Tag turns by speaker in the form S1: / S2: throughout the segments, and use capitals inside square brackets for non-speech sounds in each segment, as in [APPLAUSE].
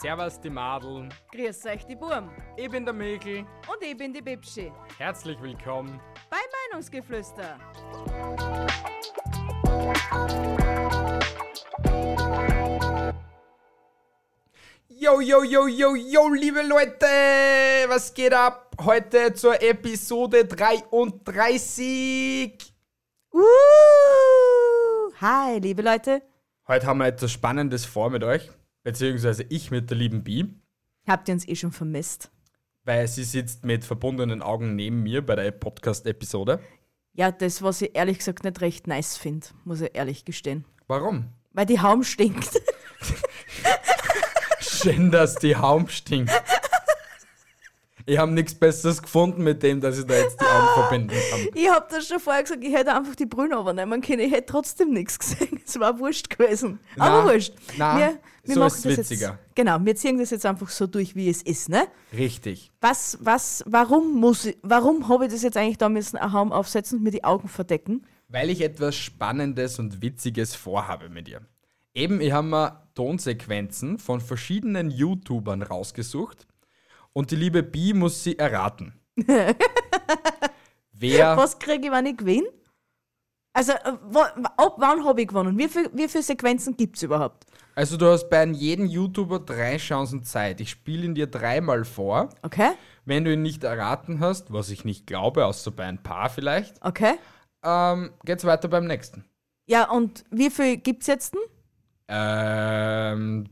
S1: Servus die Madeln,
S2: Grüß euch die Burm
S1: ich bin der Mikl,
S2: und ich bin die Bibschi
S1: herzlich willkommen.
S2: bei Meinungsgeflüster.
S1: Yo, yo, yo, yo, yo, liebe Leute, was geht ab? Heute zur Episode 33.
S2: Uh, hi, liebe Leute.
S1: Heute haben wir etwas Spannendes vor mit euch, beziehungsweise ich mit der lieben Bi,
S2: Habt ihr uns eh schon vermisst?
S1: weil sie sitzt mit verbundenen Augen neben mir bei der Podcast-Episode.
S2: Ja, das, was ich ehrlich gesagt nicht recht nice finde, muss ich ehrlich gestehen.
S1: Warum?
S2: Weil die Haum stinkt. [LAUGHS]
S1: Schön, dass die Haum stinkt. Ich habe nichts Besseres gefunden mit dem, dass ich da jetzt die Augen verbinden [LAUGHS] kann.
S2: ich hab das schon vorher gesagt, ich hätte einfach die Brühen übernehmen können. Ich hätte trotzdem nichts gesehen. Es war wurscht gewesen. Aber
S1: Na,
S2: wurscht.
S1: na,
S2: wir, wir
S1: so
S2: machen
S1: ist's
S2: das
S1: witziger.
S2: Jetzt, genau, wir ziehen das jetzt einfach so durch, wie es ist, ne?
S1: Richtig.
S2: Was, was, warum muss ich, warum habe ich das jetzt eigentlich da müssen, einen Haum aufsetzen und mir die Augen verdecken?
S1: Weil ich etwas Spannendes und Witziges vorhabe mit dir. Eben, ich habe mir Tonsequenzen von verschiedenen YouTubern rausgesucht und die liebe Bi muss sie erraten. Wer
S2: Was kriege ich, wenn ich gewinne? Also, äh, wo, ab wann habe ich gewonnen? Wie viel, wie viele Sequenzen gibt es überhaupt?
S1: Also du hast bei jedem YouTuber drei Chancen Zeit. Ich spiele ihn dir dreimal vor.
S2: Okay,
S1: Wenn du ihn nicht erraten hast, was ich nicht glaube, außer bei ein paar vielleicht,
S2: okay.
S1: ähm, geht's weiter beim nächsten.
S2: Ja, und wie viel gibt es jetzt denn?
S1: Ähm,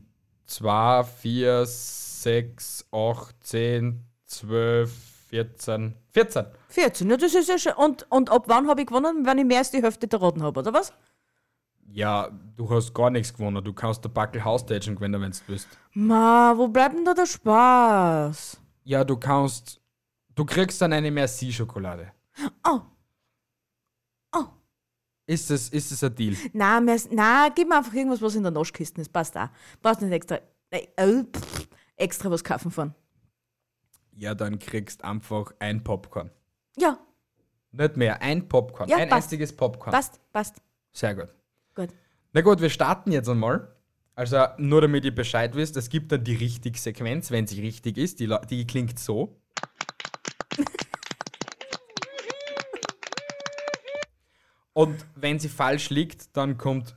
S1: 2, 4, 6, 8, 10, 12, 14, 14.
S2: 14, ja, das ist ja schon. Und, und ab wann habe ich gewonnen, wenn ich mehr als die Hälfte der Roten habe, oder was?
S1: Ja, du hast gar nichts gewonnen. Du kannst der Backel Haustage gewinnen, wenn du willst.
S2: Ma, wo bleibt denn da der Spaß?
S1: Ja, du kannst. Du kriegst dann eine Merci-Schokolade.
S2: Oh,
S1: Ist es, ist es ein Deal?
S2: [LAUGHS] nein, mehr, nein, gib mir einfach irgendwas, was in der Naschkiste ist, passt auch. Brauchst nicht extra, äh, äh, pff, extra was kaufen fahren.
S1: Ja, dann kriegst einfach ein Popcorn.
S2: Ja,
S1: Nicht mehr, ein Popcorn.
S2: Ja,
S1: ein
S2: passt.
S1: einziges Popcorn.
S2: passt, passt.
S1: Sehr gut.
S2: Gut.
S1: Na gut, wir starten jetzt einmal. Also nur damit ihr Bescheid wisst, es gibt dann die richtige Sequenz, wenn sie richtig ist. Die, lau- die klingt so. Und wenn sie falsch liegt, dann kommt.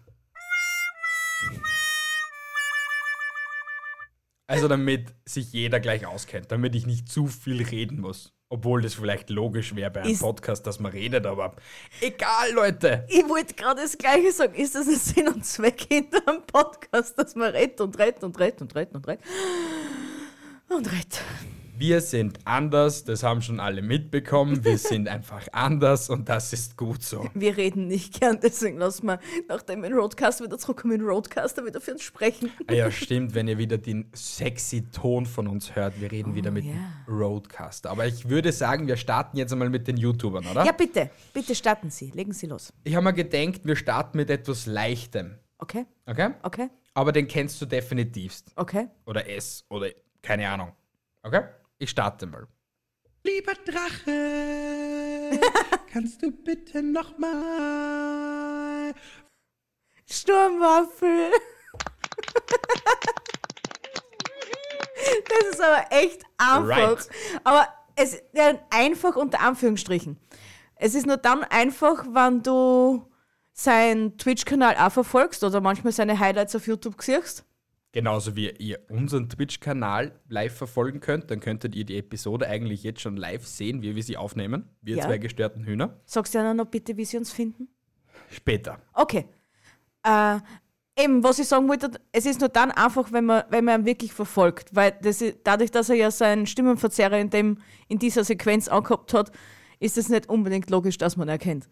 S1: Also damit sich jeder gleich auskennt, damit ich nicht zu viel reden muss. Obwohl das vielleicht logisch wäre bei einem
S2: Ist-
S1: Podcast, dass man redet, aber egal, Leute.
S2: Ich wollte gerade das Gleiche sagen. Ist das ein Sinn und Zweck hinter einem Podcast, dass man redet und redet und redet und redet und redet und redet?
S1: Wir sind anders, das haben schon alle mitbekommen. Wir
S2: [LAUGHS]
S1: sind einfach anders und das ist gut so.
S2: Wir reden nicht gern, deswegen lassen wir, nachdem wir den Roadcast wieder zurückkommen, den Roadcaster wieder für uns sprechen.
S1: Ah ja, stimmt, wenn ihr wieder den sexy Ton von uns hört. Wir reden wieder mit
S2: Oh ja.
S1: dem Roadcaster. Aber ich würde sagen, wir starten jetzt einmal mit den YouTubern, oder?
S2: Ja, bitte, bitte starten Sie, legen Sie los.
S1: Ich habe mir gedacht, wir starten mit etwas Leichtem.
S2: Okay,
S1: Okay?
S2: okay,
S1: Aber den kennst du definitivst.
S2: okay.
S1: Oder es. Oder keine Ahnung. Okay? Ich starte mal.
S3: Lieber
S2: [LAUGHS]
S3: Drache, kannst du bitte nochmal?
S2: Sturmwaffel. Das ist aber echt einfach.
S1: Right.
S2: Aber es ist einfach unter Anführungsstrichen. Es ist nur dann einfach, wenn du seinen Twitch-Kanal auch verfolgst oder manchmal seine Highlights auf YouTube siehst.
S1: Genauso wie ihr unseren Twitch-Kanal live verfolgen könnt, dann könntet ihr die Episode eigentlich jetzt schon live sehen, wie wir sie aufnehmen. Wir
S2: Ja.
S1: zwei gestörten Hühner.
S2: Sagst du ihnen noch bitte, wie sie uns finden?
S1: Später.
S2: Okay. Äh, eben, was ich sagen wollte, es ist nur dann einfach, wenn man, wenn man ihn wirklich verfolgt. Weil das ist, dadurch, dass er ja seinen Stimmenverzerrer in, dem, in dieser Sequenz angehabt hat, ist es nicht unbedingt logisch, dass man ihn erkennt.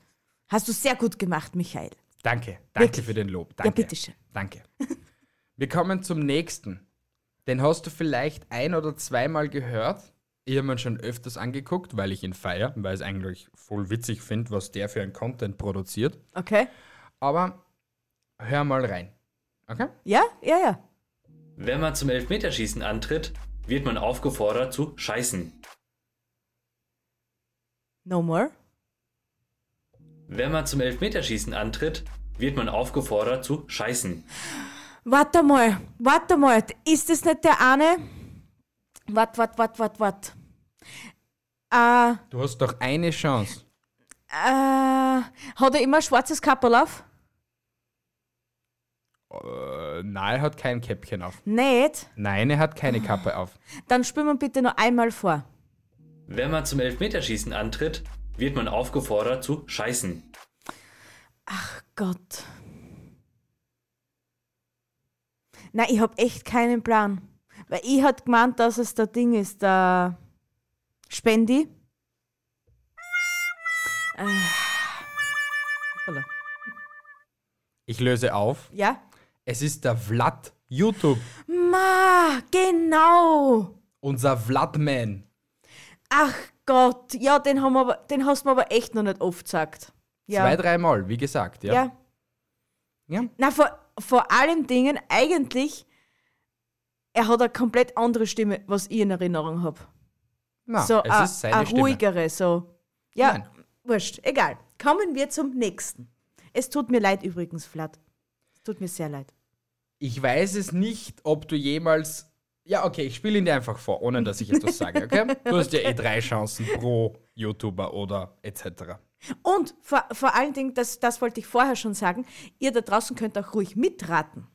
S2: Hast du sehr gut gemacht, Michael.
S1: Danke. Danke
S2: Wirklich?
S1: für den Lob. Danke.
S2: bitteschön. [LAUGHS]
S1: Danke. Wir kommen zum nächsten. Den hast du vielleicht ein oder zweimal gehört. Ich habe ihn schon öfters angeguckt, weil ich ihn feiere, weil ich es eigentlich voll witzig finde, was der für ein Content produziert.
S2: Okay?
S1: Aber hör mal rein. Okay?
S2: Ja, ja, ja.
S4: Wenn man zum Elfmeterschießen antritt, wird man aufgefordert zu scheißen.
S2: No more.
S4: Wenn man zum Elfmeterschießen antritt, wird man aufgefordert zu scheißen.
S2: Warte mal, warte mal, ist das nicht der eine? Wart, wart, wart, wart, wart. Äh,
S1: Du hast doch eine Chance.
S2: äh, hat er immer ein schwarzes Kappel auf?
S1: Äh, nein, er hat kein Käppchen auf.
S2: Nicht?
S1: Nein, er hat keine Kappe auf.
S2: Dann spielen wir bitte noch einmal vor.
S4: Wenn man zum Elfmeterschießen antritt, wird man aufgefordert zu scheißen.
S2: Gott. Nein, ich habe echt keinen Plan. Weil ich hat gemeint, dass es der Ding ist, der Spendi. Äh. Hoppala.
S1: Ich löse auf.
S2: Ja?
S1: Es ist der Vlad YouTube.
S2: Ma, genau.
S1: Unser Vladman.
S2: Ach Gott, ja, den, haben wir, aber- den hast du mir aber echt noch nicht oft gesagt. Ja.
S1: Zwei, dreimal, wie gesagt. Ja.
S2: ja.
S1: Ja.
S2: Na, vor, vor allen Dingen, eigentlich, er hat eine komplett andere Stimme, was ich in Erinnerung habe.
S1: Na,
S2: so
S1: Ah,
S2: ah,
S1: es
S2: a-
S1: ist seine
S2: a
S1: Stimme.
S2: ruhigere, so. Ja,
S1: Nein.
S2: wurscht, egal. Kommen wir zum nächsten. Es tut mir leid übrigens, Vlad. Es tut mir sehr leid.
S1: Ich weiß es nicht, ob du jemals. Ja, okay, ich spiele ihn dir einfach vor, ohne dass ich etwas sage, okay? Du hast ja eh drei Chancen pro YouTuber oder etc.
S2: Und vor, vor allen Dingen, das, das wollte ich vorher schon sagen, ihr da draußen könnt auch ruhig mitraten,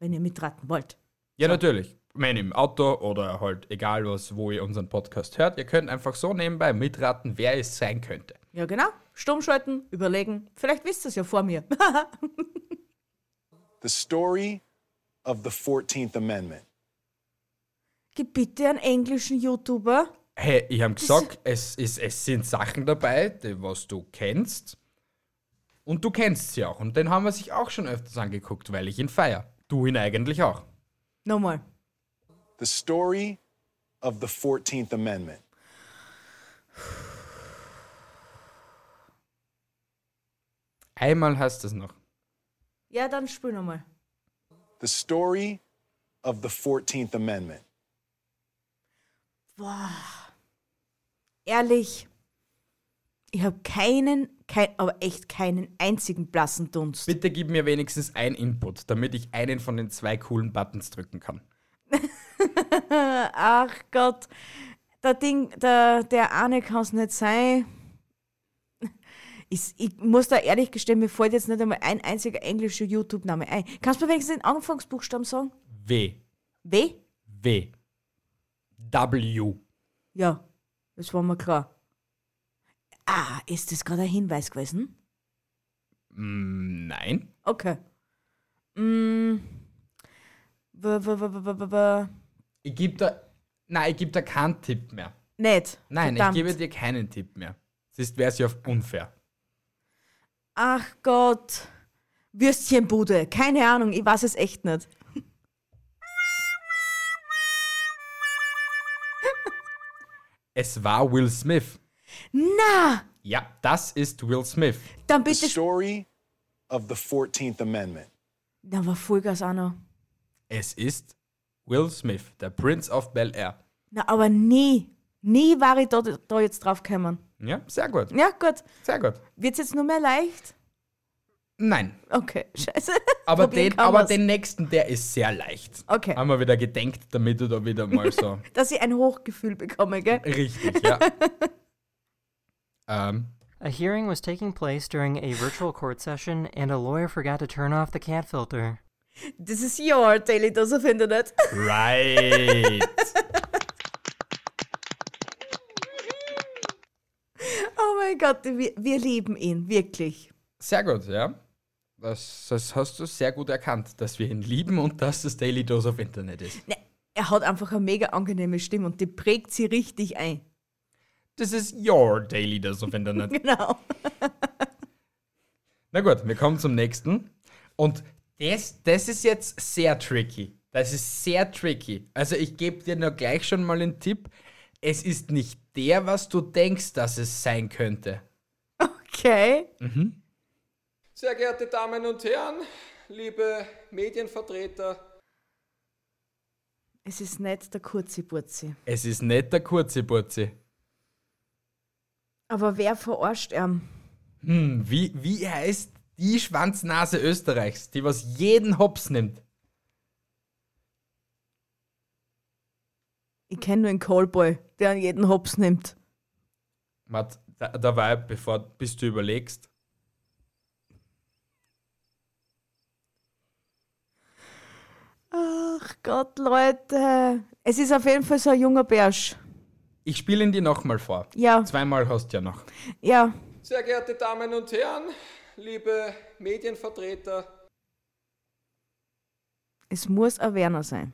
S2: wenn ihr mitraten wollt.
S1: Ja, natürlich. Ich meine, im Auto oder halt egal was, wo ihr unseren Podcast hört, ihr könnt einfach so nebenbei mitraten, wer es sein könnte.
S2: Ja, genau. Stumm schalten, überlegen. Vielleicht wisst ihr es ja vor mir. [LAUGHS]
S5: The story of the 14th Amendment.
S2: Gib bitte einen englischen YouTuber.
S1: Hey, ich habe gesagt, es, ist, es sind Sachen dabei, die, was du kennst. Und du kennst sie auch. Und den haben wir sich auch schon öfters angeguckt, weil ich ihn feier. Du ihn eigentlich auch.
S2: Nochmal.
S5: The story of the 14th Amendment.
S1: Einmal hast du es noch.
S2: Ja, dann spiel nochmal.
S5: The story of the 14th Amendment.
S2: Boah. Ehrlich, ich habe keinen, kein, aber echt keinen einzigen blassen Dunst.
S1: Bitte gib mir wenigstens ein Input, damit ich einen von den zwei coolen Buttons drücken kann.
S2: Ach Gott, der Ding, der, der eine kann es nicht sein. Ich, ich muss da ehrlich gestehen, mir fällt jetzt nicht einmal ein einziger englischer YouTube-Name ein. Kannst du mir wenigstens den Anfangsbuchstaben sagen?
S1: W.
S2: W?
S1: W. W.
S2: Ja, das war mir klar. Ah, ist das gerade ein Hinweis gewesen?
S1: Mm, Nein.
S2: Okay. Mm. W- w- w- w- w- w- w-
S1: Ich gebe da. Nein, ich gebe da keinen Tipp mehr.
S2: Nicht.
S1: Nein,
S2: Verdammt.
S1: ich gebe dir keinen Tipp mehr. Sonst wäre sie auf unfair.
S2: Ach Gott. Würstchenbude. Keine Ahnung, ich weiß es echt nicht.
S1: Es war Will Smith.
S2: Na,
S1: Ja, das ist Will Smith.
S2: dann
S5: The
S2: bitte. sp-
S5: story of the 14th Amendment.
S2: Na, war Vollgas auch noch.
S1: Es ist Will Smith, der Prince of Bel Air.
S2: Na, aber nie. Nie war ich da, da jetzt drauf gekommen.
S1: Ja, sehr gut.
S2: Ja, gut.
S1: Sehr gut.
S2: Wird's jetzt nur mehr leicht?
S1: Nein,
S2: Okay, [LAUGHS] scheiße.
S1: aber,
S2: Probieren
S1: den,
S2: kann
S1: aber
S2: man's.
S1: den nächsten, der ist sehr leicht.
S2: Okay.
S1: Haben wir wieder gedenkt, damit du da wieder mal
S2: [LAUGHS]
S1: so.
S2: Dass ich ein Hochgefühl bekomme, gell?
S1: Richtig, ja. ähm,
S6: A hearing was taking place during a virtual court session, and a lawyer forgot to turn off the cat filter.
S2: Das ist your daily dose of Internet.
S1: right.
S2: [LAUGHS] Oh mein Gott, wir, wir lieben ihn, wirklich.
S1: Sehr gut, ja. Das, das hast du sehr gut erkannt, dass wir ihn lieben und dass das Daily Dose of Internet ist.
S2: Ne, er hat einfach eine mega angenehme Stimme und die prägt sie richtig ein. [LAUGHS]
S1: Das ist your Daily Dose of Internet.
S2: Genau.
S1: Na gut, wir kommen zum nächsten. Und das, das ist jetzt sehr tricky. Das ist sehr tricky. Also ich gebe dir nur gleich schon mal einen Tipp. Es ist nicht der, was du denkst, dass es sein könnte.
S2: Okay.
S7: Sehr geehrte Damen und Herren, liebe Medienvertreter,
S2: Es ist nicht der Kurzi-Burzi.
S1: Es ist nicht der kurze Burzi.
S2: Aber wer verarscht ihn?
S1: Hm, wie, wie heißt die Schwanznase Österreichs, die was jeden Hops nimmt?
S2: Ich kenne nur einen Callboy, der an jeden Hops nimmt.
S1: Matt, da, dabei, bevor, bis du überlegst.
S2: Ach Gott, Leute. Es ist auf jeden Fall so ein junger Bärsch.
S1: Ich spiele ihn dir nochmal vor.
S2: Ja,
S1: Zweimal hast du ja noch.
S2: ja.
S7: Sehr geehrte Damen und Herren, liebe Medienvertreter,
S2: Es muss ein Werner sein.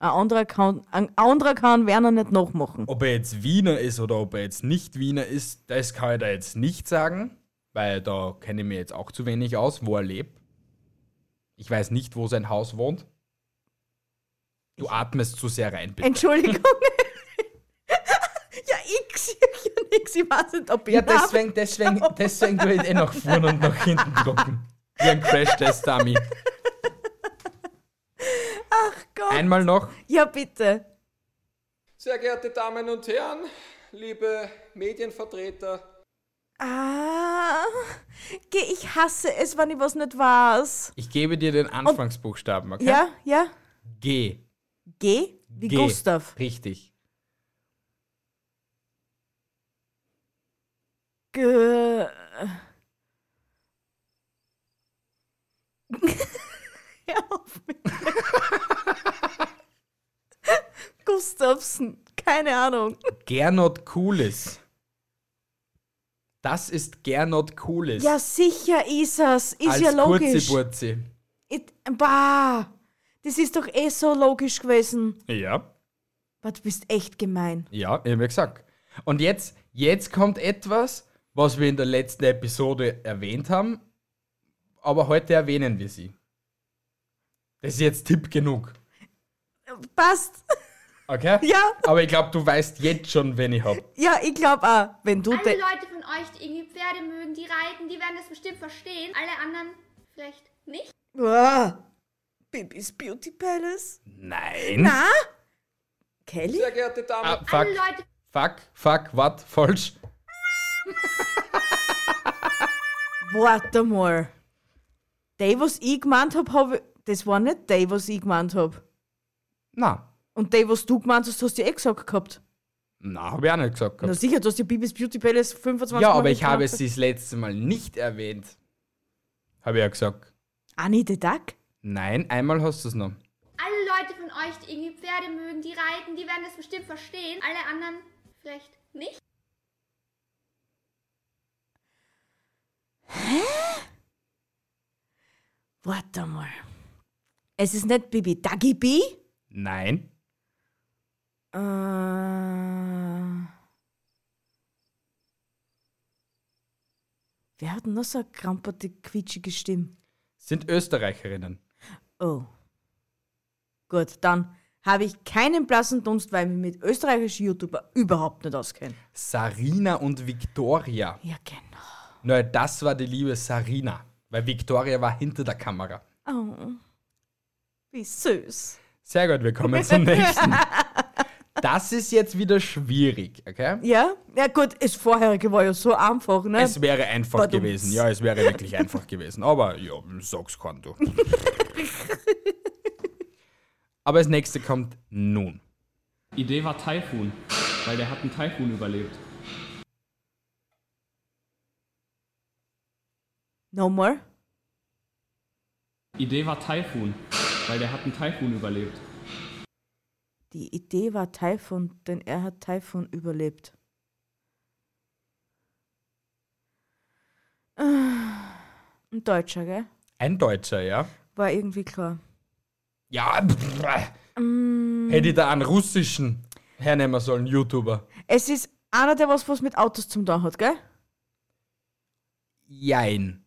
S2: Ein anderer kann, ein anderer kann Werner nicht nachmachen.
S1: Ob er jetzt Wiener ist oder ob er jetzt nicht Wiener ist, das kann ich da jetzt nicht sagen, weil da kenne ich mir jetzt auch zu wenig aus, wo er lebt. Ich weiß nicht, wo sein Haus wohnt. Du atmest zu sehr rein, bitte.
S2: [LAUGHS] Entschuldigung. ja, ich sehe ja nichts. Ich weiß nicht, ob ich
S1: Ja,
S2: ihn hab.
S1: deswegen, deswegen, deswegen will ich eh nach vorne und nach hinten drucken. Wie ein Crash-Test-Dummy.
S2: Ach Gott.
S1: Einmal noch.
S2: Ja, bitte.
S7: sehr geehrte Damen und Herren, liebe Medienvertreter,
S2: Ah, geh, ich hasse es, wenn ich was nicht weiß.
S1: Ich gebe dir den Anfangsbuchstaben, okay?
S2: Ja, ja.
S1: G.
S2: G wie
S1: G.
S2: Gustav.
S1: Richtig.
S2: G. [LAUGHS] Hör auf mit [LAUGHS] Gustavsen. Keine Ahnung.
S1: Gernot Kulis. Das ist Gernot Kulis.
S2: Ja, sicher ist es. Ist
S1: Als
S2: ja logisch.
S1: Kurzi-Burzi.
S2: It, bah, das ist doch eh so logisch gewesen.
S1: Ja.
S2: Aber du bist echt gemein.
S1: Ja, ich hab ja gesagt. Und jetzt, jetzt kommt etwas, was wir in der letzten Episode erwähnt haben, aber heute erwähnen wir sie. Das ist jetzt Tipp genug.
S2: Passt.
S1: Okay?
S2: [LAUGHS] Ja.
S1: Aber ich glaube, du weißt jetzt schon, wen ich hab.
S2: Ja, ich glaube auch, wenn du
S8: Alle
S2: de
S8: Leute von euch, die irgendwie Pferde mögen, die reiten, die werden das bestimmt verstehen. Alle anderen vielleicht nicht.
S2: Ah, Bibis Beauty Palace.
S1: Hm? Nein.
S2: Na? Kelly?
S7: sehr geehrte Damen
S1: Ah, fuck,
S8: Alle Leute
S1: fuck, fuck, wat, falsch.
S2: Warte mal. Die, was ich gemeint habe, hab ich- das war nicht die, was ich gemeint habe.
S1: Na,
S2: Und die, was du gemeint hast, hast du ja eh gesagt gehabt.
S1: na, hab ich auch nicht gesagt.
S2: Na
S1: Gehabt.
S2: sicher, du hast ja Bibis Beauty Palace 25
S1: Ja,
S2: Mal
S1: aber ich habe
S2: mitgemacht.
S1: sie das letzte Mal nicht erwähnt. Habe ich ja gesagt.
S2: Annie the Duck?
S1: Nein, einmal hast du es noch.
S8: Alle Leute von euch, die irgendwie Pferde mögen, die reiten, die werden das bestimmt verstehen. Alle anderen vielleicht nicht.
S2: Warte mal. Es ist nicht Bibi Duggy Bee?
S1: Nein.
S2: Äh. Wer hat denn noch so eine kramperte, quietschige Stimme?
S1: Sind Österreicherinnen.
S2: Oh. Gut, dann habe ich keinen blassen Dunst, weil ich mich mit österreichischen YouTuber überhaupt nicht auskenne.
S1: Sarina und Victoria.
S2: Ja, genau.
S1: Na, das war die liebe Sarina, weil Victoria war hinter der Kamera.
S2: Oh. Wie süß.
S1: Sehr gut, wir kommen zum nächsten. Das ist jetzt wieder schwierig, okay?
S2: Ja? Ja, gut, das vorherige war ja so einfach, ne?
S1: Es wäre einfach
S2: Badums.
S1: gewesen. Ja, es wäre wirklich einfach gewesen. Aber ja, sag's kann du. Aber das nächste kommt nun.
S9: Idee war Taifun, weil der hat einen Taifun überlebt.
S2: no more?
S9: Idee war Taifun, weil der hat einen Taifun überlebt.
S2: Die Idee war Taifun, denn er hat Taifun überlebt. Ah, Ein Deutscher, gell?
S1: Ein Deutscher, ja?
S2: War irgendwie klar.
S1: Ja, pff, hätte ich da einen russischen hernehmen sollen, YouTuber.
S2: Es ist einer, der was, was mit Autos zum Tun hat, gell?
S1: Jein.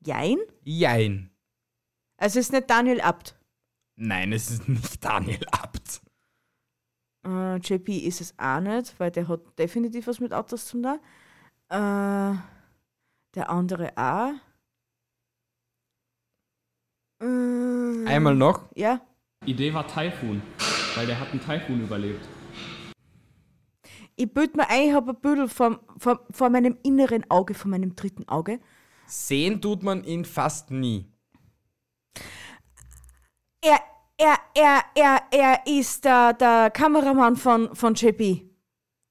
S2: Jein?
S1: Jein.
S2: Also es ist nicht Daniel Abt.
S1: Nein, es ist nicht Daniel Abt.
S2: Äh, JP ist es auch nicht, weil der hat definitiv was mit Autos zum Tun. Äh, der andere auch. Äh,
S1: Einmal noch.
S2: Ja.
S9: Idee war Taifun, weil der hat einen Taifun überlebt.
S2: Ich bild mir ein, ich habe ein Büdel vor, vor, vor meinem inneren Auge, vor meinem dritten Auge.
S1: Sehen tut man ihn fast nie.
S2: Er, er er, er, er ist der, der Kameramann von, von JP.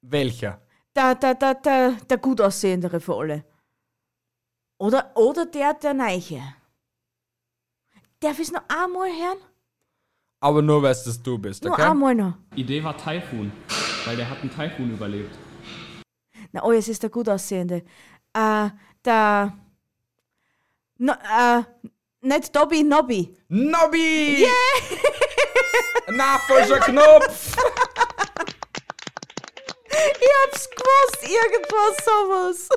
S1: Welcher?
S2: Der, der, der, der, der gut aussehendere für alle. Oder, oder der, der Neiche. Darf ich es noch einmal hören?
S1: Aber nur weißt, dass du bist,
S2: Nur
S1: okay?
S2: einmal noch.
S9: Idee war Taifun, weil der hat einen Taifun überlebt.
S2: Na, oh, es ist der gut aussehende. Äh, der. No, äh, nicht Dobby, Nobby. [LAUGHS]
S1: Nobby! Yeah! [LAUGHS] Na, falscher Knopf!
S2: Ich hab's gewusst, irgendwas sowas.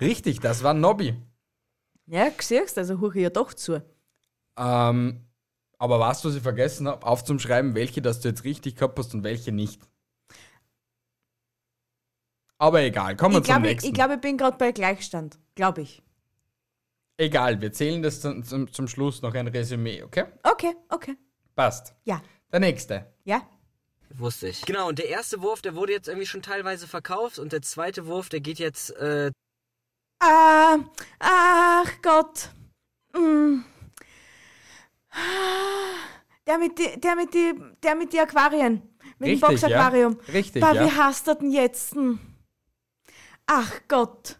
S1: Richtig, das war Nobby.
S2: Ja, siehst also huche ich ja doch zu.
S1: Ähm, aber weißt du, was ich vergessen habe? Aufzuschreiben, welche, dass du jetzt richtig gehabt hast und welche nicht. Aber egal, kommen wir
S2: Ich
S1: zum
S2: glaube, ich,
S1: nächsten.
S2: ich, glaub, ich bin gerade bei Gleichstand. Glaube ich.
S1: egal, wir zählen das zum, zum, zum Schluss noch ein Resümee, okay?
S2: Okay, okay.
S1: Passt.
S2: Ja,
S1: Der nächste.
S2: ja.
S10: Wusste ich. Genau, und der erste Wurf, der wurde jetzt irgendwie schon teilweise verkauft und der zweite Wurf, der geht jetzt äh,
S2: Äh, ach Gott. Mm. Der mit, die, der, mit die, der mit die Aquarien. Mit dem
S1: Richtig, ja.
S2: Boxaquarium.
S1: Richtig,
S2: Bah,
S1: ja.
S2: wie hasst er denn jetzt? Hm. Ach Gott.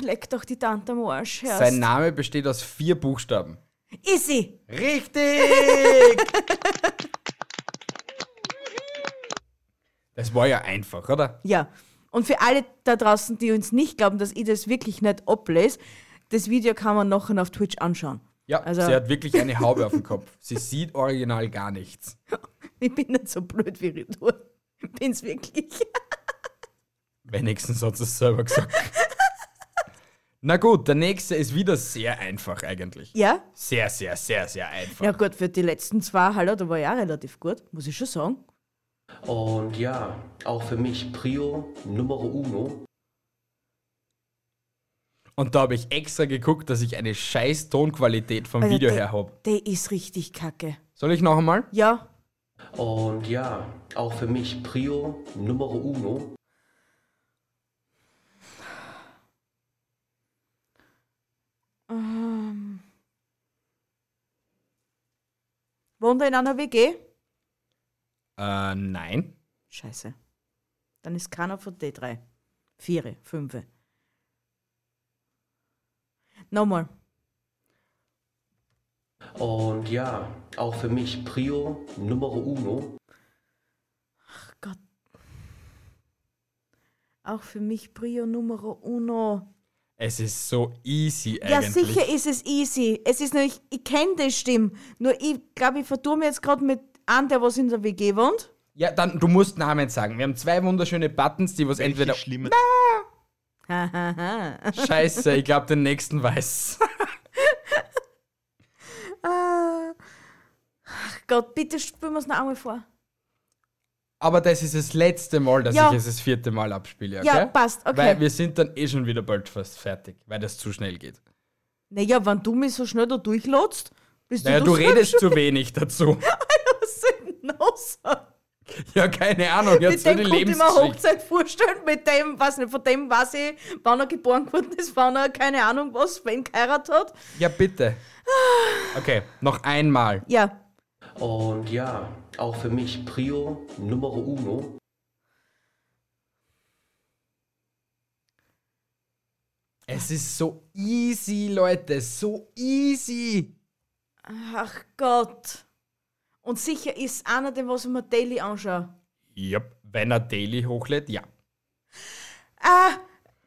S2: Leck doch die Tante am Arsch. hörst.
S1: Sein Name besteht aus vier Buchstaben.
S2: Easy.
S1: Richtig! das war ja einfach, oder?
S2: Ja. Und für alle da draußen, die uns nicht glauben, dass ich das wirklich nicht ablese, das Video kann man nachher auf Twitch anschauen. [LAUGHS]
S1: Ja,
S2: Also-
S1: sie hat wirklich eine Haube auf dem Kopf. Sie sieht original gar nichts.
S2: Ich bin nicht so blöd wie ich tue. Bin's wirklich. [LAUGHS]
S1: Wenigstens hat sie es selber gesagt. Na gut, der nächste ist wieder sehr einfach eigentlich.
S2: Ja?
S1: Sehr, sehr, sehr, sehr einfach.
S2: Ja gut, für die letzten zwei, hallo, da war ich auch relativ gut, muss ich schon sagen.
S3: Und ja, auch für mich Prio Numero Uno.
S1: Und da habe ich extra geguckt, dass ich eine scheiß Tonqualität vom
S2: Also
S1: Video
S2: der-
S1: her habe.
S2: Der ist richtig kacke.
S1: Soll ich noch einmal?
S2: Ja,
S3: Und ja, auch für mich Prio Numero Uno.
S2: ähm... Wohnt er in einer WG?
S1: Äh, nein.
S2: Scheiße. Dann ist keiner von D3. Viere, fünfe. Nochmal.
S3: Und ja, auch für mich Prio Numero Uno.
S2: Ach Gott. Auch für mich Prio Numero Uno.
S1: Es ist so easy
S2: Ja,
S1: eigentlich.
S2: sicher ist es easy. Es ist nur, ich, ich kenne die Stimmen. Nur ich glaube, ich vertue mir jetzt gerade mit einem, der was in der WG wohnt.
S1: Ja, dann, du musst Namen sagen. Wir haben zwei wunderschöne Buttons, die was entweder.
S5: schlimme
S2: [LAUGHS] Hahaha.
S1: Scheiße, ich glaube, den nächsten weiß.
S2: Ah. Ach Gott, bitte spüren wir es noch einmal vor.
S1: Aber das ist das letzte Mal, dass
S2: Ja.
S1: ich es das vierte Mal abspiele. Okay?
S2: Ja, passt, okay.
S1: Weil wir sind dann eh schon wieder bald fast fertig, weil das zu schnell geht.
S2: Naja, wenn du mich so schnell da durchlotst, bist
S1: Naja, du
S2: du das [LAUGHS]
S1: redest zu wenig dazu. [LAUGHS]
S2: Was
S1: Ja, keine Ahnung. Ja,
S2: Also, Mit
S1: so
S2: dem
S1: eine
S2: konnte ich mir eine
S1: Lebensgeschichte.
S2: Hochzeit vorstellen, mit dem, weiß nicht, von dem weiß ich, wann er geboren worden ist, wann er keine Ahnung was, wen geheiratet hat.
S1: Ja, bitte. Okay, noch einmal.
S2: Ja,
S3: Und ja, auch für mich Prio Numero Uno.
S1: Es ist so easy, Leute. So easy.
S2: ach Gott. Und sicher ist einer, den was ich mir daily anschaue.
S1: Yep, wenn er Daily hochlädt, ja.
S2: Ah,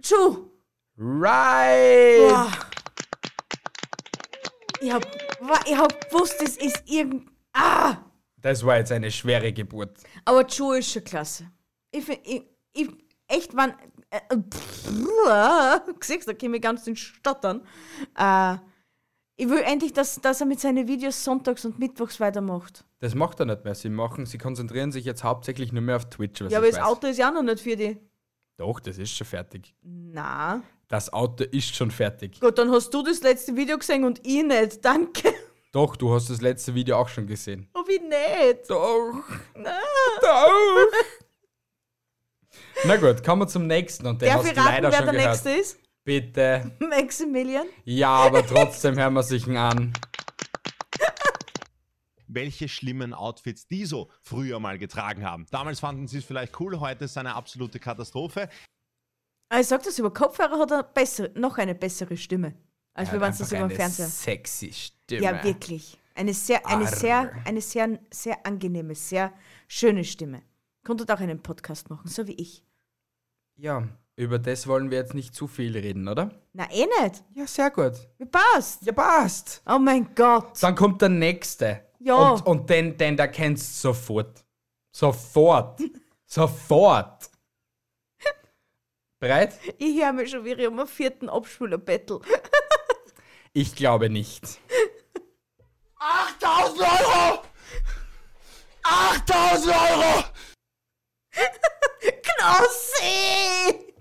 S2: Ju.
S1: Right!
S2: Ah. Ich hab, wa- ich hab gewusst, es ist irgend... Ah!
S1: Das war jetzt eine schwere Geburt.
S2: Aber Joe ist schon klasse. Ich find, ich, ich echt, wann. Äh, äh, pff, [LAUGHS] siehst, da käme ich ganz ins Stottern. Äh, ich will endlich, dass, dass er mit seinen Videos sonntags und mittwochs weitermacht.
S1: Das macht er nicht mehr. Sie machen, sie konzentrieren sich jetzt hauptsächlich nur mehr auf Twitch. Was
S2: ja, aber
S1: Also ich
S2: das
S1: weiß.
S2: Auto ist ja auch noch nicht für die.
S1: Doch, das ist schon fertig.
S2: Na.
S1: Das Auto ist schon fertig.
S2: Gut, dann hast du das letzte Video gesehen und ich nicht. Danke. [LAUGHS]
S1: Doch, du hast das letzte Video auch schon gesehen.
S2: Hab ich nicht.
S1: Doch.
S2: [LAUGHS]
S1: Doch. Na gut, kommen wir zum nächsten und den
S2: Darf
S1: hast
S2: ich
S1: du leider
S2: raten, wer
S1: schon
S2: der
S1: gehört.
S2: nächste ist? [LAUGHS]
S1: Bitte.
S2: Maximilian?
S1: Ja, aber trotzdem hören wir sich ihn an.
S11: welche schlimmen Outfits die so früher mal getragen haben. Damals fanden sie es vielleicht cool, heute ist es eine absolute Katastrophe.
S2: Aber Ah, ich sag das über Kopfhörer hat er bessere, noch eine bessere Stimme. Als wenn man es das über den Fernseher.
S1: Sexy Stimme.
S2: Ja, wirklich. Eine sehr, eine
S1: Arr.
S2: sehr, eine sehr, sehr angenehme, sehr schöne Stimme. Konntet auch einen Podcast machen, so wie ich.
S1: Ja, über das wollen wir jetzt nicht zu viel reden, oder?
S2: Na, eh nicht.
S1: Ja, sehr gut.
S2: Mir passt.
S1: Ja, passt.
S2: Oh mein Gott.
S1: Dann kommt der nächste.
S2: Ja.
S1: Und, und den, den da kennst du sofort. Sofort. sofort. Bereit?
S2: Ich höre mich schon wieder um einen vierten [LAUGHS] Abschwuler-Battle.
S1: Ich glaube nicht.
S5: 8000 Euro! 8000 Euro!
S2: Knossi!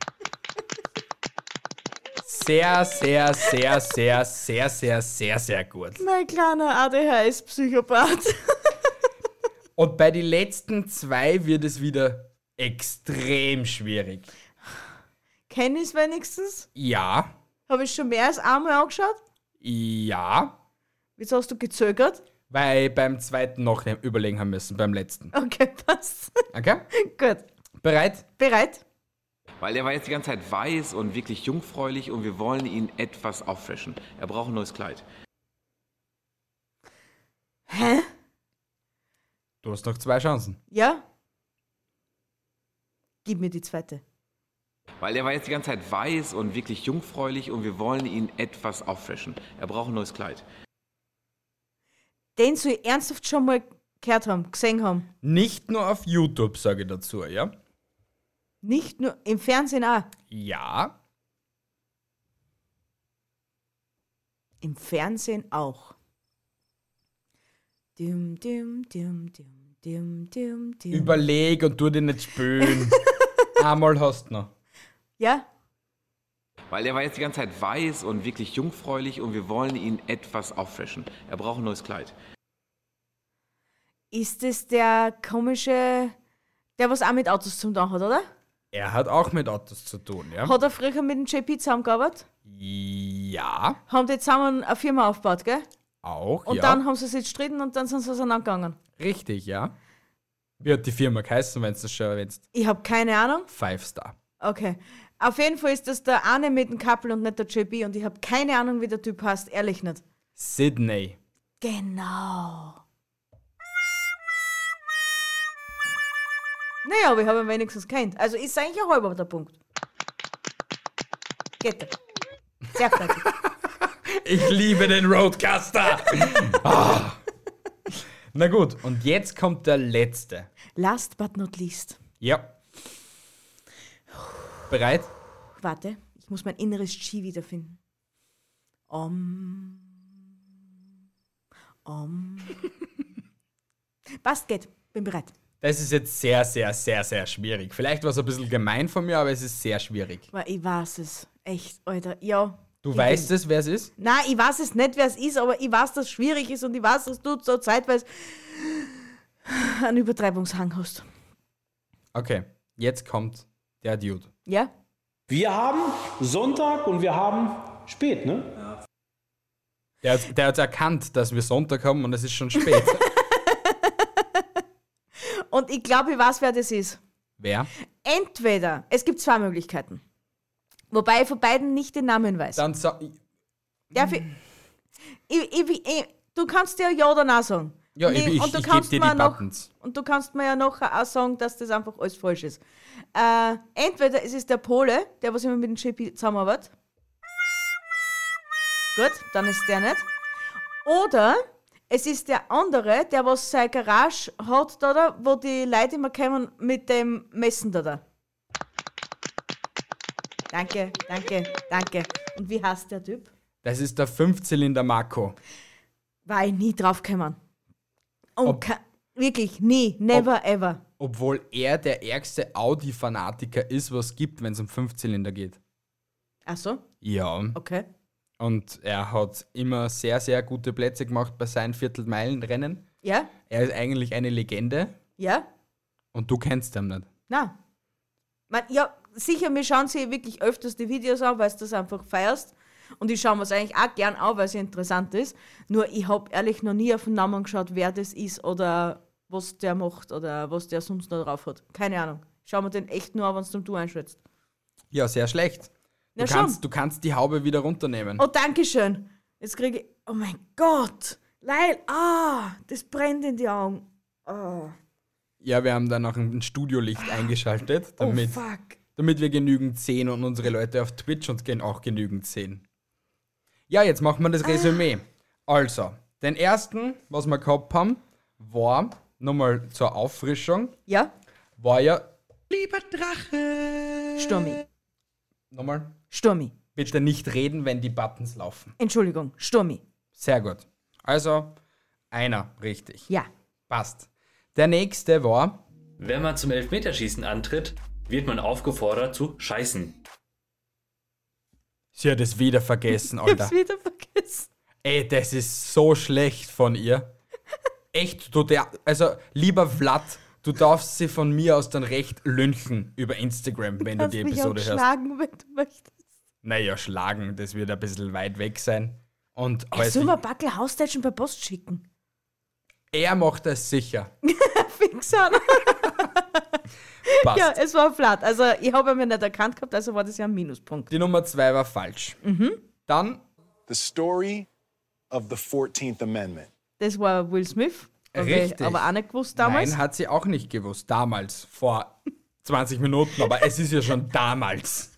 S1: Sehr, sehr, sehr, sehr, sehr, sehr, sehr, sehr gut.
S2: Mein kleiner ADHS-Psychopath.
S1: Und bei den letzten zwei wird es wieder extrem schwierig.
S2: [LAUGHS] Kenn ich's wenigstens?
S1: Ja,
S2: Habe ich schon mehr als einmal angeschaut?
S1: ja,
S2: Wieso hast du gezögert?
S1: weil beim zweiten noch ne- überlegen haben müssen, beim letzten.
S2: Okay, [LAUGHS] passt.
S1: Okay?
S2: Gut.
S1: Bereit?
S2: Bereit?
S12: Weil er war jetzt die ganze Zeit weiß und wirklich jungfräulich und wir wollen ihn etwas auffrischen. Er braucht ein neues Kleid.
S2: Hä?
S1: Du hast noch zwei Chancen.
S2: Ja? Gib mir die zweite.
S12: Weil er war jetzt die ganze Zeit weiß und wirklich jungfräulich und wir wollen ihn etwas auffrischen. Er braucht ein neues Kleid.
S2: Den soll ich ernsthaft schon mal gehört haben, gesehen haben.
S1: Nicht nur auf YouTube, sage ich dazu, ja?
S2: Nicht nur im Fernsehen auch.
S1: Ja,
S2: Im Fernsehen auch. Dim, dim, dim, dim, dim, dim, dim.
S1: überleg und tu dich nicht
S2: [LAUGHS]
S1: spülen. Einmal hast du noch.
S2: ja?
S12: Weil er war jetzt die ganze Zeit weiß und wirklich jungfräulich und wir wollen ihn etwas auffrischen. Er braucht ein neues Kleid.
S2: Ist es der komische, der was auch mit Autos zum tun hat, oder?
S1: Er hat auch mit Autos zu tun, ja?
S2: Hat er früher mit dem JP zusammengearbeitet?
S1: Ja,
S2: Haben die zusammen eine Firma aufgebaut, gell?
S1: auch,
S2: Und
S1: ja.
S2: dann haben sie sich gestritten und dann sind sie auseinandergegangen.
S1: Richtig, ja. Wie hat die Firma geheißen, wenn du das schon erwähnst?
S2: Ich habe keine Ahnung.
S1: Five Star.
S2: Okay. Auf jeden Fall ist das der eine mit dem Kappel und nicht der JB und ich habe keine Ahnung, wie der Typ heißt, ehrlich nicht.
S1: Sydney.
S2: Genau. Naja, aber ich habe ihn wenigstens kennt. Also ist eigentlich ein halber der Punkt. Geht er. Sehr fertig.
S1: [LAUGHS] Ich liebe den
S2: [LAUGHS]
S1: Roadcaster! ah. Na gut, und jetzt kommt der letzte.
S2: Last but not least.
S1: Ja. Bereit?
S2: Warte, ich muss mein inneres Chi wiederfinden. Om.
S1: [LAUGHS]
S2: Om. Passt, geht. Bin bereit.
S1: Das ist jetzt sehr, sehr, sehr, sehr schwierig. Vielleicht war es ein bisschen gemein von mir, aber es ist sehr schwierig.
S2: Weil ich weiß es. Echt, Alter. Ja.
S1: Du
S2: Ich
S1: weißt
S2: bin-
S1: es, wer es ist?
S2: Nein, ich weiß es nicht, wer es ist, aber ich weiß, dass es schwierig ist und ich weiß, dass du zur Zeit, weil es einen Übertreibungshang hast.
S1: Okay, jetzt kommt der Dude.
S2: Ja?
S13: Wir haben Sonntag und wir haben spät, ne?
S1: Der hat, der hat erkannt, dass wir Sonntag haben und es ist schon
S2: [LAUGHS]
S1: spät.
S2: Und ich glaube, ich weiß, wer das ist.
S1: wer?
S2: Entweder, es gibt zwei Möglichkeiten. Wobei ich von beiden nicht den Namen weiß.
S1: Dann sa-
S2: Darf ich, ich, ich, ich, du kannst dir ja oder nein sagen.
S1: Ja,
S2: Und
S1: ich, ich,
S2: und du
S1: ich gebe
S2: kannst
S1: dir
S2: mir
S1: die
S2: noch-
S1: Buttons.
S2: Und du kannst mir ja nachher auch sagen, dass das einfach alles falsch ist. Äh, entweder es ist der Pole, der was immer mit dem JP zusammenarbeitet. Gut, dann ist der nicht. Oder es ist der andere, der was seine Garage hat, da, da wo die Leute immer kommen mit dem Messen da. da. Danke, danke, danke. Und wie heißt der Typ?
S1: Das ist der Fünfzylinder Marco.
S2: War ich nie drauf gekommen. Und ke- wirklich, nie, never ever.
S1: Obwohl er der ärgste Audi-Fanatiker ist, was es gibt, wenn es um Fünfzylinder geht.
S2: Ach so,
S1: Ja.
S2: okay.
S1: Und er hat immer sehr, sehr gute Plätze gemacht bei seinen Viertelmeilenrennen.
S2: Ja,
S1: Er ist eigentlich eine Legende
S2: ja,
S1: und du kennst ihn nicht.
S2: na. Man, ja, sicher, wir schauen sie wirklich öfters die Videos an, weil du das einfach feierst. Und ich schaue mir es eigentlich auch gern an, weil es ja interessant ist. Nur ich habe ehrlich noch nie auf den Namen geschaut, wer das ist oder was der macht oder was der sonst noch drauf hat. Keine Ahnung. Schau mir den echt nur an, wenn du Du einschätzt.
S1: Ja, sehr schlecht. Du,
S2: Na schon.
S1: kannst, du kannst die Haube wieder runternehmen.
S2: Oh, danke schön. Jetzt kriege ich. Oh mein Gott! Leil, ah, das brennt in die Augen. Ah.
S1: Ja, wir haben dann noch ein Studiolicht eingeschaltet,
S2: Oh,
S1: damit,
S2: fuck.
S1: damit wir genügend sehen und unsere Leute auf Twitch uns gen- auch genügend sehen. Ja, jetzt machen wir das
S2: Ah.
S1: Resümee. Also, den ersten, was wir gehabt haben, war, nochmal zur Auffrischung,
S2: ja?
S1: war ja
S10: Lieber Drache.
S2: Sturmi.
S1: Nochmal?
S2: Sturmi.
S1: Bitte nicht reden, wenn die Buttons laufen.
S2: Entschuldigung, Sturmi.
S1: Sehr gut. Also, einer richtig.
S2: Ja.
S1: Passt. Der nächste war.
S4: Wenn man zum Elfmeterschießen antritt, wird man aufgefordert zu scheißen.
S1: Sie hat es wieder
S2: [LAUGHS]
S1: vergessen, Alter.
S2: wieder vergessen.
S1: Ey, das ist so schlecht von ihr. Echt, du der. Also, lieber Vlad, du darfst sie von mir aus dann recht lynchen über Instagram, wenn du die
S2: mich
S1: Episode
S2: auch
S1: hörst.
S2: schlagen, wenn du möchtest.
S1: Naja, schlagen, das wird ein bisschen weit weg sein. Und
S2: Ey,
S1: also,
S2: soll man Backel Haustätschen per Post schicken?
S1: er macht das sicher.
S2: Fix an.
S1: Passt.
S2: [LAUGHS] ja, es war flat. Also, ich habe ihn nicht erkannt gehabt, also war das ja ein Minuspunkt.
S1: Die Nummer zwei war falsch.
S2: Mhm.
S1: Dann.
S5: The story of the 14th Amendment.
S2: Das war Will Smith. Hab ich
S1: Richtig.
S2: Aber auch nicht gewusst damals.
S1: Nein, hat sie auch nicht gewusst. Damals, vor [LAUGHS] 20 Minuten, aber es ist ja schon damals.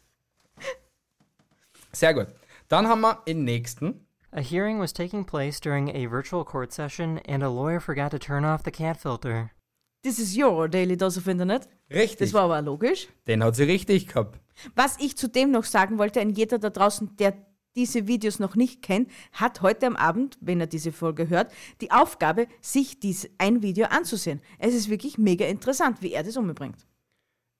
S1: Sehr gut. Dann haben wir den nächsten.
S6: A hearing was taking place during a virtual court session, and a lawyer forgot to turn off the cat filter.
S2: This is your daily dose of Internet.
S1: Richtig.
S2: Das war aber logisch.
S1: Den hat sie richtig gehabt.
S2: Was ich zudem noch sagen wollte, an jeder da draußen, der diese Videos noch nicht kennt, hat heute am Abend, wenn er diese Folge hört, die Aufgabe, sich dies ein Video anzusehen. Es ist wirklich mega interessant, wie er das umbringt.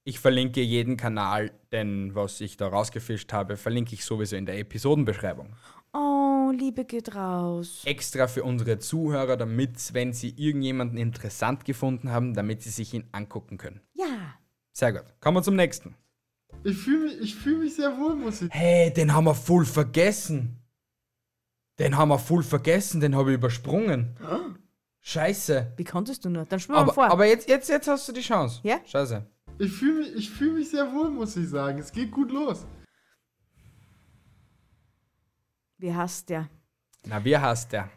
S1: Ich verlinke jeden Kanal, denn was ich da rausgefischt habe, verlinke ich sowieso in der Episodenbeschreibung.
S2: Oh, Liebe geht raus.
S1: Extra für unsere Zuhörer, damit, wenn sie irgendjemanden interessant gefunden haben, damit sie sich ihn angucken können.
S2: Ja.
S1: Sehr gut. Kommen wir zum nächsten.
S14: Ich fühle mich, ich fühl mich sehr wohl, muss ich.
S1: Hey, den haben wir voll vergessen. Den haben wir voll vergessen, den habe ich übersprungen. Scheiße.
S2: Wie konntest du nur? Dann schwör mal
S1: Aber,
S2: vor.
S1: aber jetzt, jetzt, jetzt hast du die Chance. Ja? Scheiße.
S14: Ich fühle mich, ich fühl mich sehr wohl, muss ich sagen. Es geht gut los.
S2: Wie hasst der?
S1: Na, wie hasst der?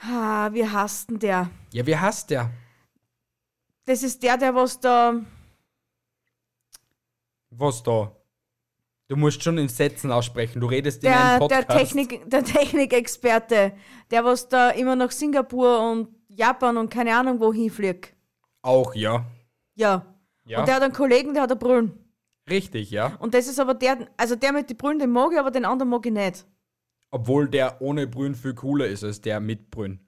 S2: Ah, wie hasst denn der?
S1: Ja, wie hasst der?
S2: Das ist der, der was da.
S1: Was da? Du musst schon in Sätzen aussprechen. Du redest in einem
S2: Der, der,
S1: Podcast.
S2: Technik, der Technikexperte, der was da immer nach Singapur und Japan und keine Ahnung wohin fliegt.
S1: Auch, ja.
S2: Ja.
S1: Ja.
S2: Und der hat einen Kollegen, der hat eine Brüllen.
S1: Richtig, ja.
S2: Und das ist aber der, also der mit den Brüllen, den mag ich, aber den anderen mag ich nicht.
S1: Obwohl der ohne Brühen viel cooler ist als der mit Brühen.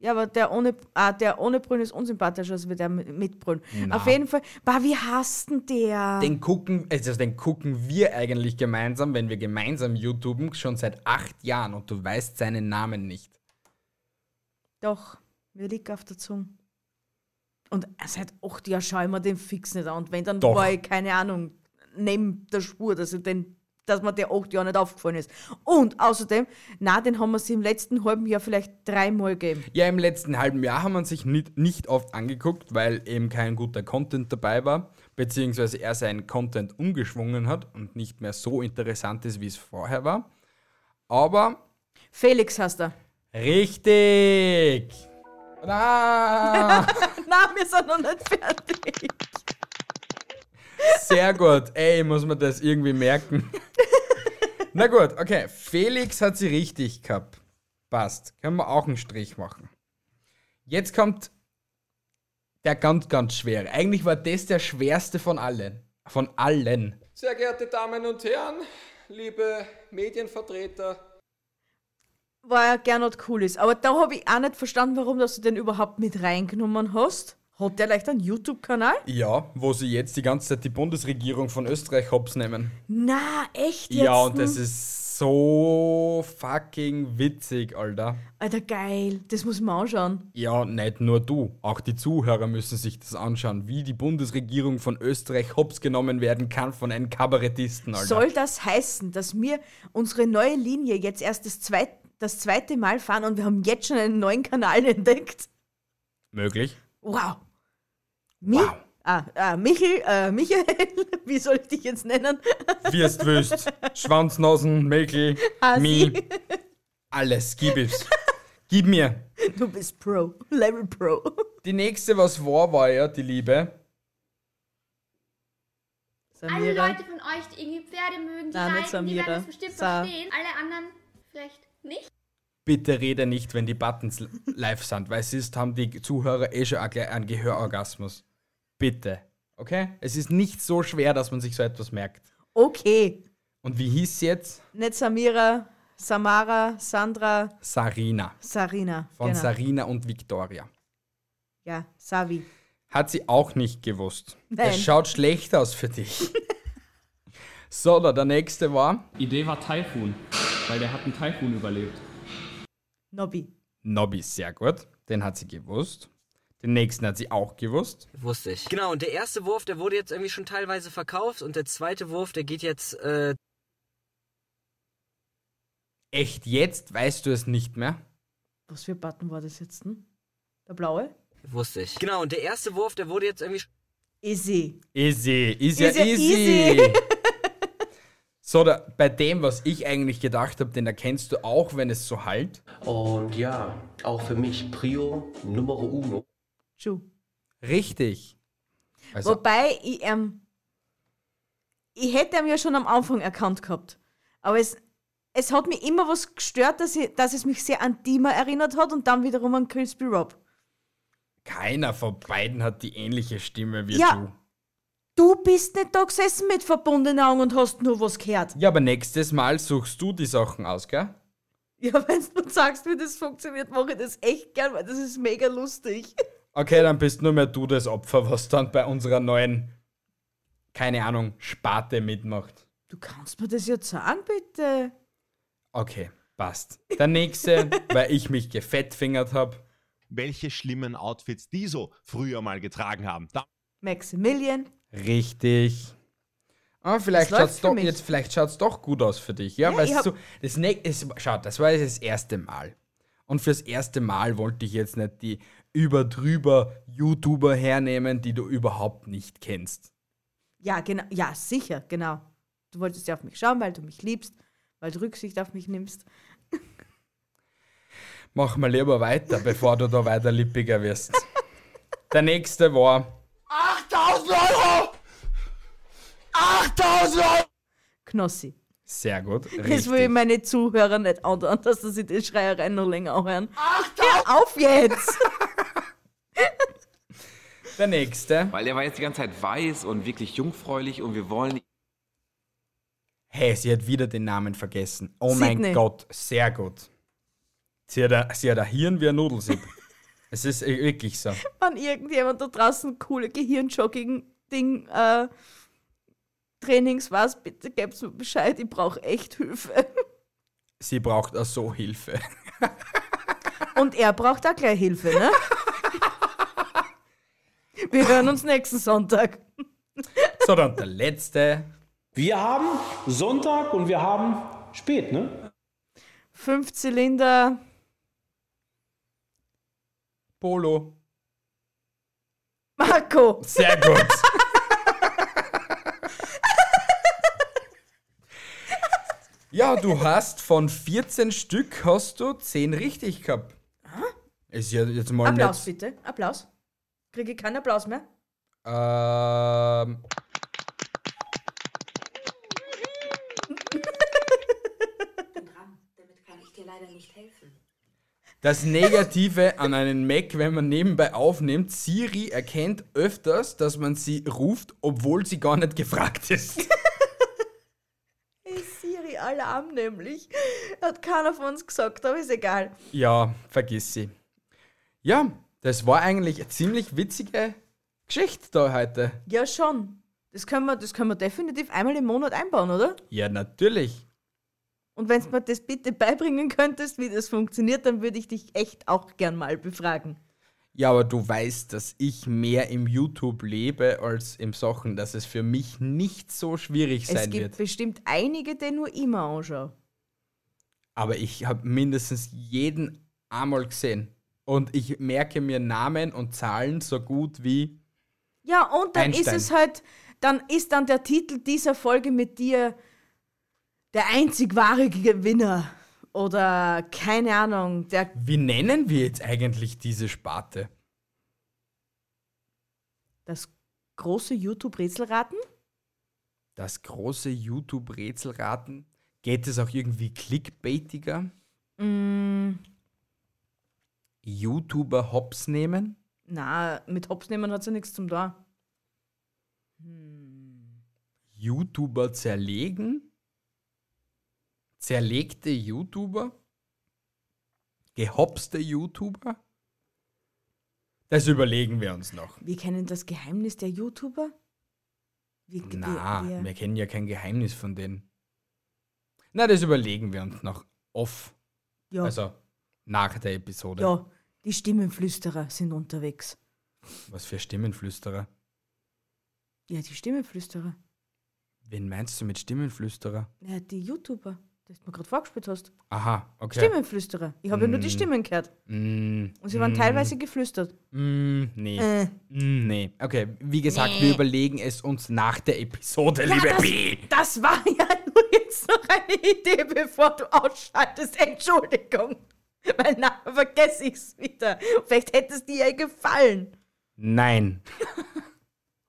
S2: Ja, aber der ohne, ah, der ohne Brüllen ist unsympathischer als der mit mit Brüllen.
S1: Na.
S2: Auf jeden Fall, bah, wie hasst denn der?
S1: Den gucken, also den gucken wir eigentlich gemeinsam, wenn wir gemeinsam YouTuben, schon seit acht Jahren und du weißt seinen Namen nicht.
S2: Doch, mir liegt auf der Zunge. Und seit acht Jahren schaue ich mir den fix nicht an. Und wenn, dann
S1: Doch.
S2: war ich, keine Ahnung, neben der Spur, dass, ich den, dass mir der acht Jahre nicht aufgefallen ist. Und außerdem, na, den haben wir sie im letzten halben Jahr vielleicht dreimal gegeben.
S1: Ja, im letzten halben Jahr haben wir uns sich nicht, nicht oft angeguckt, weil eben kein guter Content dabei war, beziehungsweise er seinen Content umgeschwungen hat und nicht mehr so interessant ist, wie es vorher war. Aber
S2: Felix hast [LAUGHS] du.
S1: richtig! Ah!
S2: Nein, wir sind noch nicht fertig.
S1: Sehr gut. Ey, muss man das irgendwie merken. [LAUGHS] Na gut, okay. Felix hat sie richtig gehabt. Passt. Können wir auch einen Strich machen. Jetzt kommt der ganz, ganz schwere. Eigentlich war das der schwerste von allen. Von allen.
S7: Sehr geehrte Damen und Herren, liebe Medienvertreter,
S2: War ja Gernot Coolis. Aber da habe ich auch nicht verstanden, warum dass du den überhaupt mit reingenommen hast. Hat der leicht einen YouTube-Kanal?
S1: Ja, wo sie jetzt die ganze Zeit die Bundesregierung von Österreich hops nehmen.
S2: Na, echt jetzt?
S1: Ja, und
S2: hm?
S1: das ist so fucking witzig, Alter.
S2: Alter, geil. Das muss man anschauen.
S1: Ja, nicht nur du. Auch die Zuhörer müssen sich das anschauen, wie die Bundesregierung von Österreich hops genommen werden kann von einem Kabarettisten, Alter.
S2: Soll das heißen, dass wir unsere neue Linie jetzt erst das zweite, das zweite Mal fahren und wir haben jetzt schon einen neuen Kanal [LAUGHS] entdeckt?
S1: Möglich.
S2: Wow. Mi Ah, ah, Michel, äh, Michael, [LAUGHS] wie soll ich dich jetzt nennen?
S1: Wirst wüst, Schwanznasen, Mäkel,
S2: Hasi.
S1: Mi, alles, gib es. Gib mir.
S2: Du bist Pro, Level Pro.
S1: Die nächste, was war, war ja die Liebe.
S8: Alle Leute von euch, die irgendwie Pferde mögen, die
S1: Na, nicht
S8: reiten, die werden
S1: Samira.
S8: das bestimmt
S1: Sa-
S8: verstehen. Alle anderen vielleicht nicht.
S1: Bitte rede nicht, wenn die Buttons l- live sind, weil sonst haben die Zuhörer eh schon ein- gleich einen Gehörorgasmus. Bitte. Okay? Es ist nicht so schwer, dass man sich so etwas merkt.
S2: Okay.
S1: Und wie hieß sie jetzt?
S2: Nicht Samira, Samara, Sandra,
S1: Sarina.
S2: Sarina.
S1: Von
S2: genau.
S1: Sarina und Victoria.
S2: Ja, Savi.
S1: Hat sie auch nicht gewusst.
S2: Nein.
S1: Es schaut schlecht aus für dich. so, da der nächste war.
S9: Idee war Taifun, weil der hat einen Taifun überlebt.
S2: Nobby.
S1: Nobby, sehr gut. Den hat sie gewusst. Den nächsten hat sie auch gewusst.
S10: Wusste ich. Genau, und der erste Wurf, der wurde jetzt irgendwie schon teilweise verkauft und der zweite Wurf, der geht jetzt, äh,
S1: Echt jetzt weißt du es nicht mehr?
S2: Was für Button war das jetzt? Hm? Der blaue?
S10: wusste ich. Genau, und der erste Wurf, der wurde jetzt irgendwie sch-
S2: Easy.
S1: Easy,
S10: Ist
S1: easy,
S10: ja
S1: easy.
S10: easy.
S1: [LAUGHS] so, da, bei dem, was ich eigentlich gedacht habe, den erkennst du auch, wenn es so halt.
S3: Und ja, auch für mich Prio Numero Uno.
S2: Schuh.
S1: Richtig. Also,
S2: Wobei, ich, ähm, ich hätte ihn ja schon am Anfang erkannt gehabt. Aber es, es hat mich immer was gestört, dass, ich, dass es mich sehr an Dima erinnert hat und dann wiederum an Crispy Rob.
S1: keiner von beiden hat die ähnliche Stimme wie
S2: Ja.
S1: du.
S2: Du bist nicht da gesessen mit verbundenen Augen und hast nur was gehört.
S1: Ja, aber nächstes Mal suchst du die Sachen aus, gell?
S2: Ja, wenn du mir sagst, wie das funktioniert, mache ich das echt gern, weil das ist mega lustig.
S1: Okay, dann bist nur mehr du das Opfer, was dann bei unserer neuen, keine Ahnung, Sparte mitmacht.
S2: Du kannst mir das jetzt sagen, bitte.
S1: Okay, passt. Der
S2: [LAUGHS]
S1: nächste, weil ich mich gefettfingert habe.
S11: Welche schlimmen Outfits die so früher mal getragen haben. Da
S2: Maximilian.
S1: Richtig. Ah, vielleicht
S2: Das läuft
S1: schaut's
S2: für
S1: doch,
S2: mich.
S1: jetzt vielleicht schaut's doch gut aus für dich. Ja,
S2: Ja, ich
S1: weißt
S2: hab-
S1: du, das nächste, schaut, das war jetzt das erste Mal. Und fürs erste Mal wollte ich jetzt nicht die überdrüber YouTuber hernehmen, die du überhaupt nicht kennst.
S2: Ja, genau. Ja, sicher, genau. Du wolltest ja auf mich schauen, weil du mich liebst, weil du Rücksicht auf mich nimmst.
S1: Mach mal lieber weiter, bevor du da weiter lippiger wirst. Der nächste war
S15: 8000 Euro! 8000 Euro!
S2: Knossi.
S1: sehr gut.
S2: Das will ich
S1: Richtig.
S2: meine Zuhörer nicht anderen, dass sie sich die Schreierei noch länger anhören. Hör auf jetzt! [LAUGHS]
S1: Der nächste.
S12: Weil er war jetzt die ganze Zeit weiß und wirklich jungfräulich und wir wollen.
S1: Hey, sie hat wieder den Namen vergessen. Oh
S12: Sydney.
S1: mein Gott, sehr gut. Sie hat, ein, sie hat ein Hirn wie ein
S2: [LAUGHS]
S1: Nudelsieb. es ist äh, wirklich so.
S2: Wenn irgendjemand da draußen coole Gehirnjogging-Ding, äh, Trainings was, bitte gib's mir Bescheid, ich brauche echt Hilfe.
S1: Sie braucht auch so Hilfe.
S2: Und er braucht auch gleich Hilfe, ne? Wir hören uns nächsten Sonntag.
S1: So, dann der letzte.
S13: Wir haben Sonntag und wir haben spät, ne?
S2: Fünf Zylinder.
S1: Polo.
S2: Marco.
S1: Sehr gut. ja, du hast von 14 Stück hast du 10 richtig gehabt. Ist ja jetzt mal
S2: Applaus
S1: nicht.
S2: bitte. Applaus. Kriege ich keinen Applaus mehr?
S1: Ähm,
S16: Kann ich dir leider nicht helfen.
S1: Das Negative an einem Mac, wenn man nebenbei aufnimmt, Siri erkennt öfters, dass man sie ruft, obwohl sie gar nicht gefragt ist.
S2: Hey Siri, Alarm nämlich. Hat keiner von uns gesagt, aber ist egal.
S1: Ja, vergiss sie. Ja, das war eigentlich eine ziemlich witzige Geschichte da heute.
S2: Ja, schon. Das können wir, das können wir definitiv einmal im Monat einbauen, oder?
S1: Ja, natürlich.
S2: Und wenn du mir das bitte beibringen könntest, wie das funktioniert, dann würde ich dich echt auch gern mal befragen.
S1: Ja, aber du weißt, dass ich mehr im YouTube lebe als im Sachen, dass es für mich nicht so schwierig
S2: Es
S1: sein
S2: gibt
S1: wird.
S2: bestimmt einige, die nur immer anschauen.
S1: Aber ich habe mindestens jeden einmal gesehen. Und ich merke mir Namen und Zahlen so gut wie.
S2: Ja, und dann
S1: Einstein.
S2: ist es halt, dann ist dann der Titel dieser Folge mit dir der einzig wahre Gewinner. Oder keine Ahnung, der
S1: Wie nennen wir jetzt eigentlich diese Sparte?
S2: das große YouTube-Rätselraten.
S1: Das große YouTube-Rätselraten? Geht es auch irgendwie clickbaitiger?
S2: Mm,
S1: YouTuber Hops nehmen?
S2: na, mit Hops nehmen hat ja nichts zum da.
S1: YouTuber zerlegen? Zerlegte YouTuber? Gehopste YouTuber? Das überlegen wir uns noch.
S2: Wir kennen das Geheimnis der YouTuber. Wir, wir-
S1: Na,
S2: wir-
S1: wir kennen ja kein Geheimnis von denen. Na, das überlegen wir uns noch off.
S2: Ja.
S1: Also nach der Episode.
S2: ja, die Stimmenflüsterer sind unterwegs.
S1: Was für Stimmenflüsterer?
S2: Ja, die Stimmenflüsterer.
S1: Wen meinst du mit Stimmenflüsterer?
S2: Ja, die YouTuber, das du mir gerade vorgespielt hast.
S1: Aha, okay.
S2: Stimmenflüsterer. Ich habe ja nur die
S1: Mm.
S2: Stimmen gehört.
S1: Mm,
S2: Und sie waren
S1: mm,
S2: teilweise geflüstert.
S1: Mm, nee.
S2: Äh.
S1: Mm, nee. Okay, wie gesagt,
S2: Nee.
S1: wir überlegen es uns nach der Episode, liebe
S2: das,
S1: B.
S2: das war ja [LAUGHS] nur jetzt noch eine Idee, bevor du ausschaltest. Entschuldigung. Weil nachher vergesse ich es wieder. Vielleicht hätte es dir ja gefallen.
S1: Nein.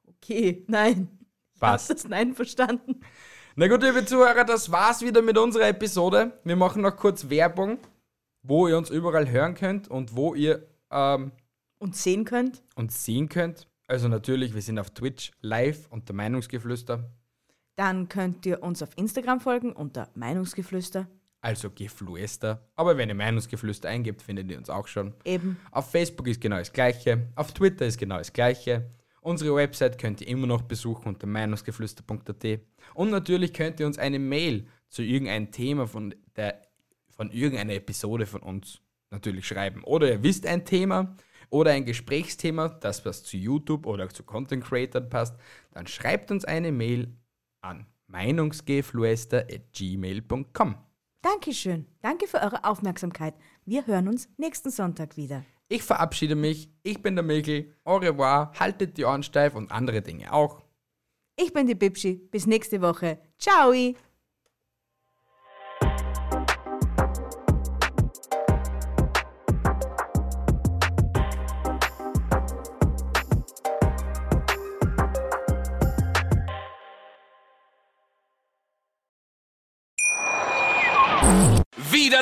S2: Okay, nein.
S1: Passt.
S2: Das Nein verstanden.
S1: Na gut, liebe Zuhörer, das war's wieder mit unserer Episode. Wir machen noch kurz Werbung, wo ihr uns überall hören könnt und wo ihr ähm,
S2: Und sehen könnt.
S1: uns sehen könnt. Also natürlich, wir sind auf Twitch live unter Meinungsgeflüster.
S2: Dann könnt ihr uns auf Instagram folgen unter Meinungsgeflüster.
S1: Also Geflüster. Aber wenn ihr Meinungsgeflüster eingebt, findet ihr uns auch schon.
S2: Eben.
S1: Auf Facebook ist genau das Gleiche. Auf Twitter ist genau das Gleiche. Unsere Website könnt ihr immer noch besuchen unter meinungsgeflüster.at. Und natürlich könnt ihr uns eine Mail zu irgendeinem Thema von, der, von irgendeiner Episode von uns natürlich schreiben. Oder ihr wisst ein Thema oder ein Gesprächsthema, das was zu YouTube oder zu Content Creators passt, dann schreibt uns eine Mail an meinungsgeflüster.gmail.com.
S2: Dankeschön. Danke für eure Aufmerksamkeit. Wir hören uns nächsten Sonntag wieder.
S1: Ich verabschiede mich. Ich bin der Mikl. Au revoir. Haltet die Ohren steif und andere Dinge auch.
S2: Ich bin die Bibschi. Bis nächste Woche. Ciao.
S17: Wieder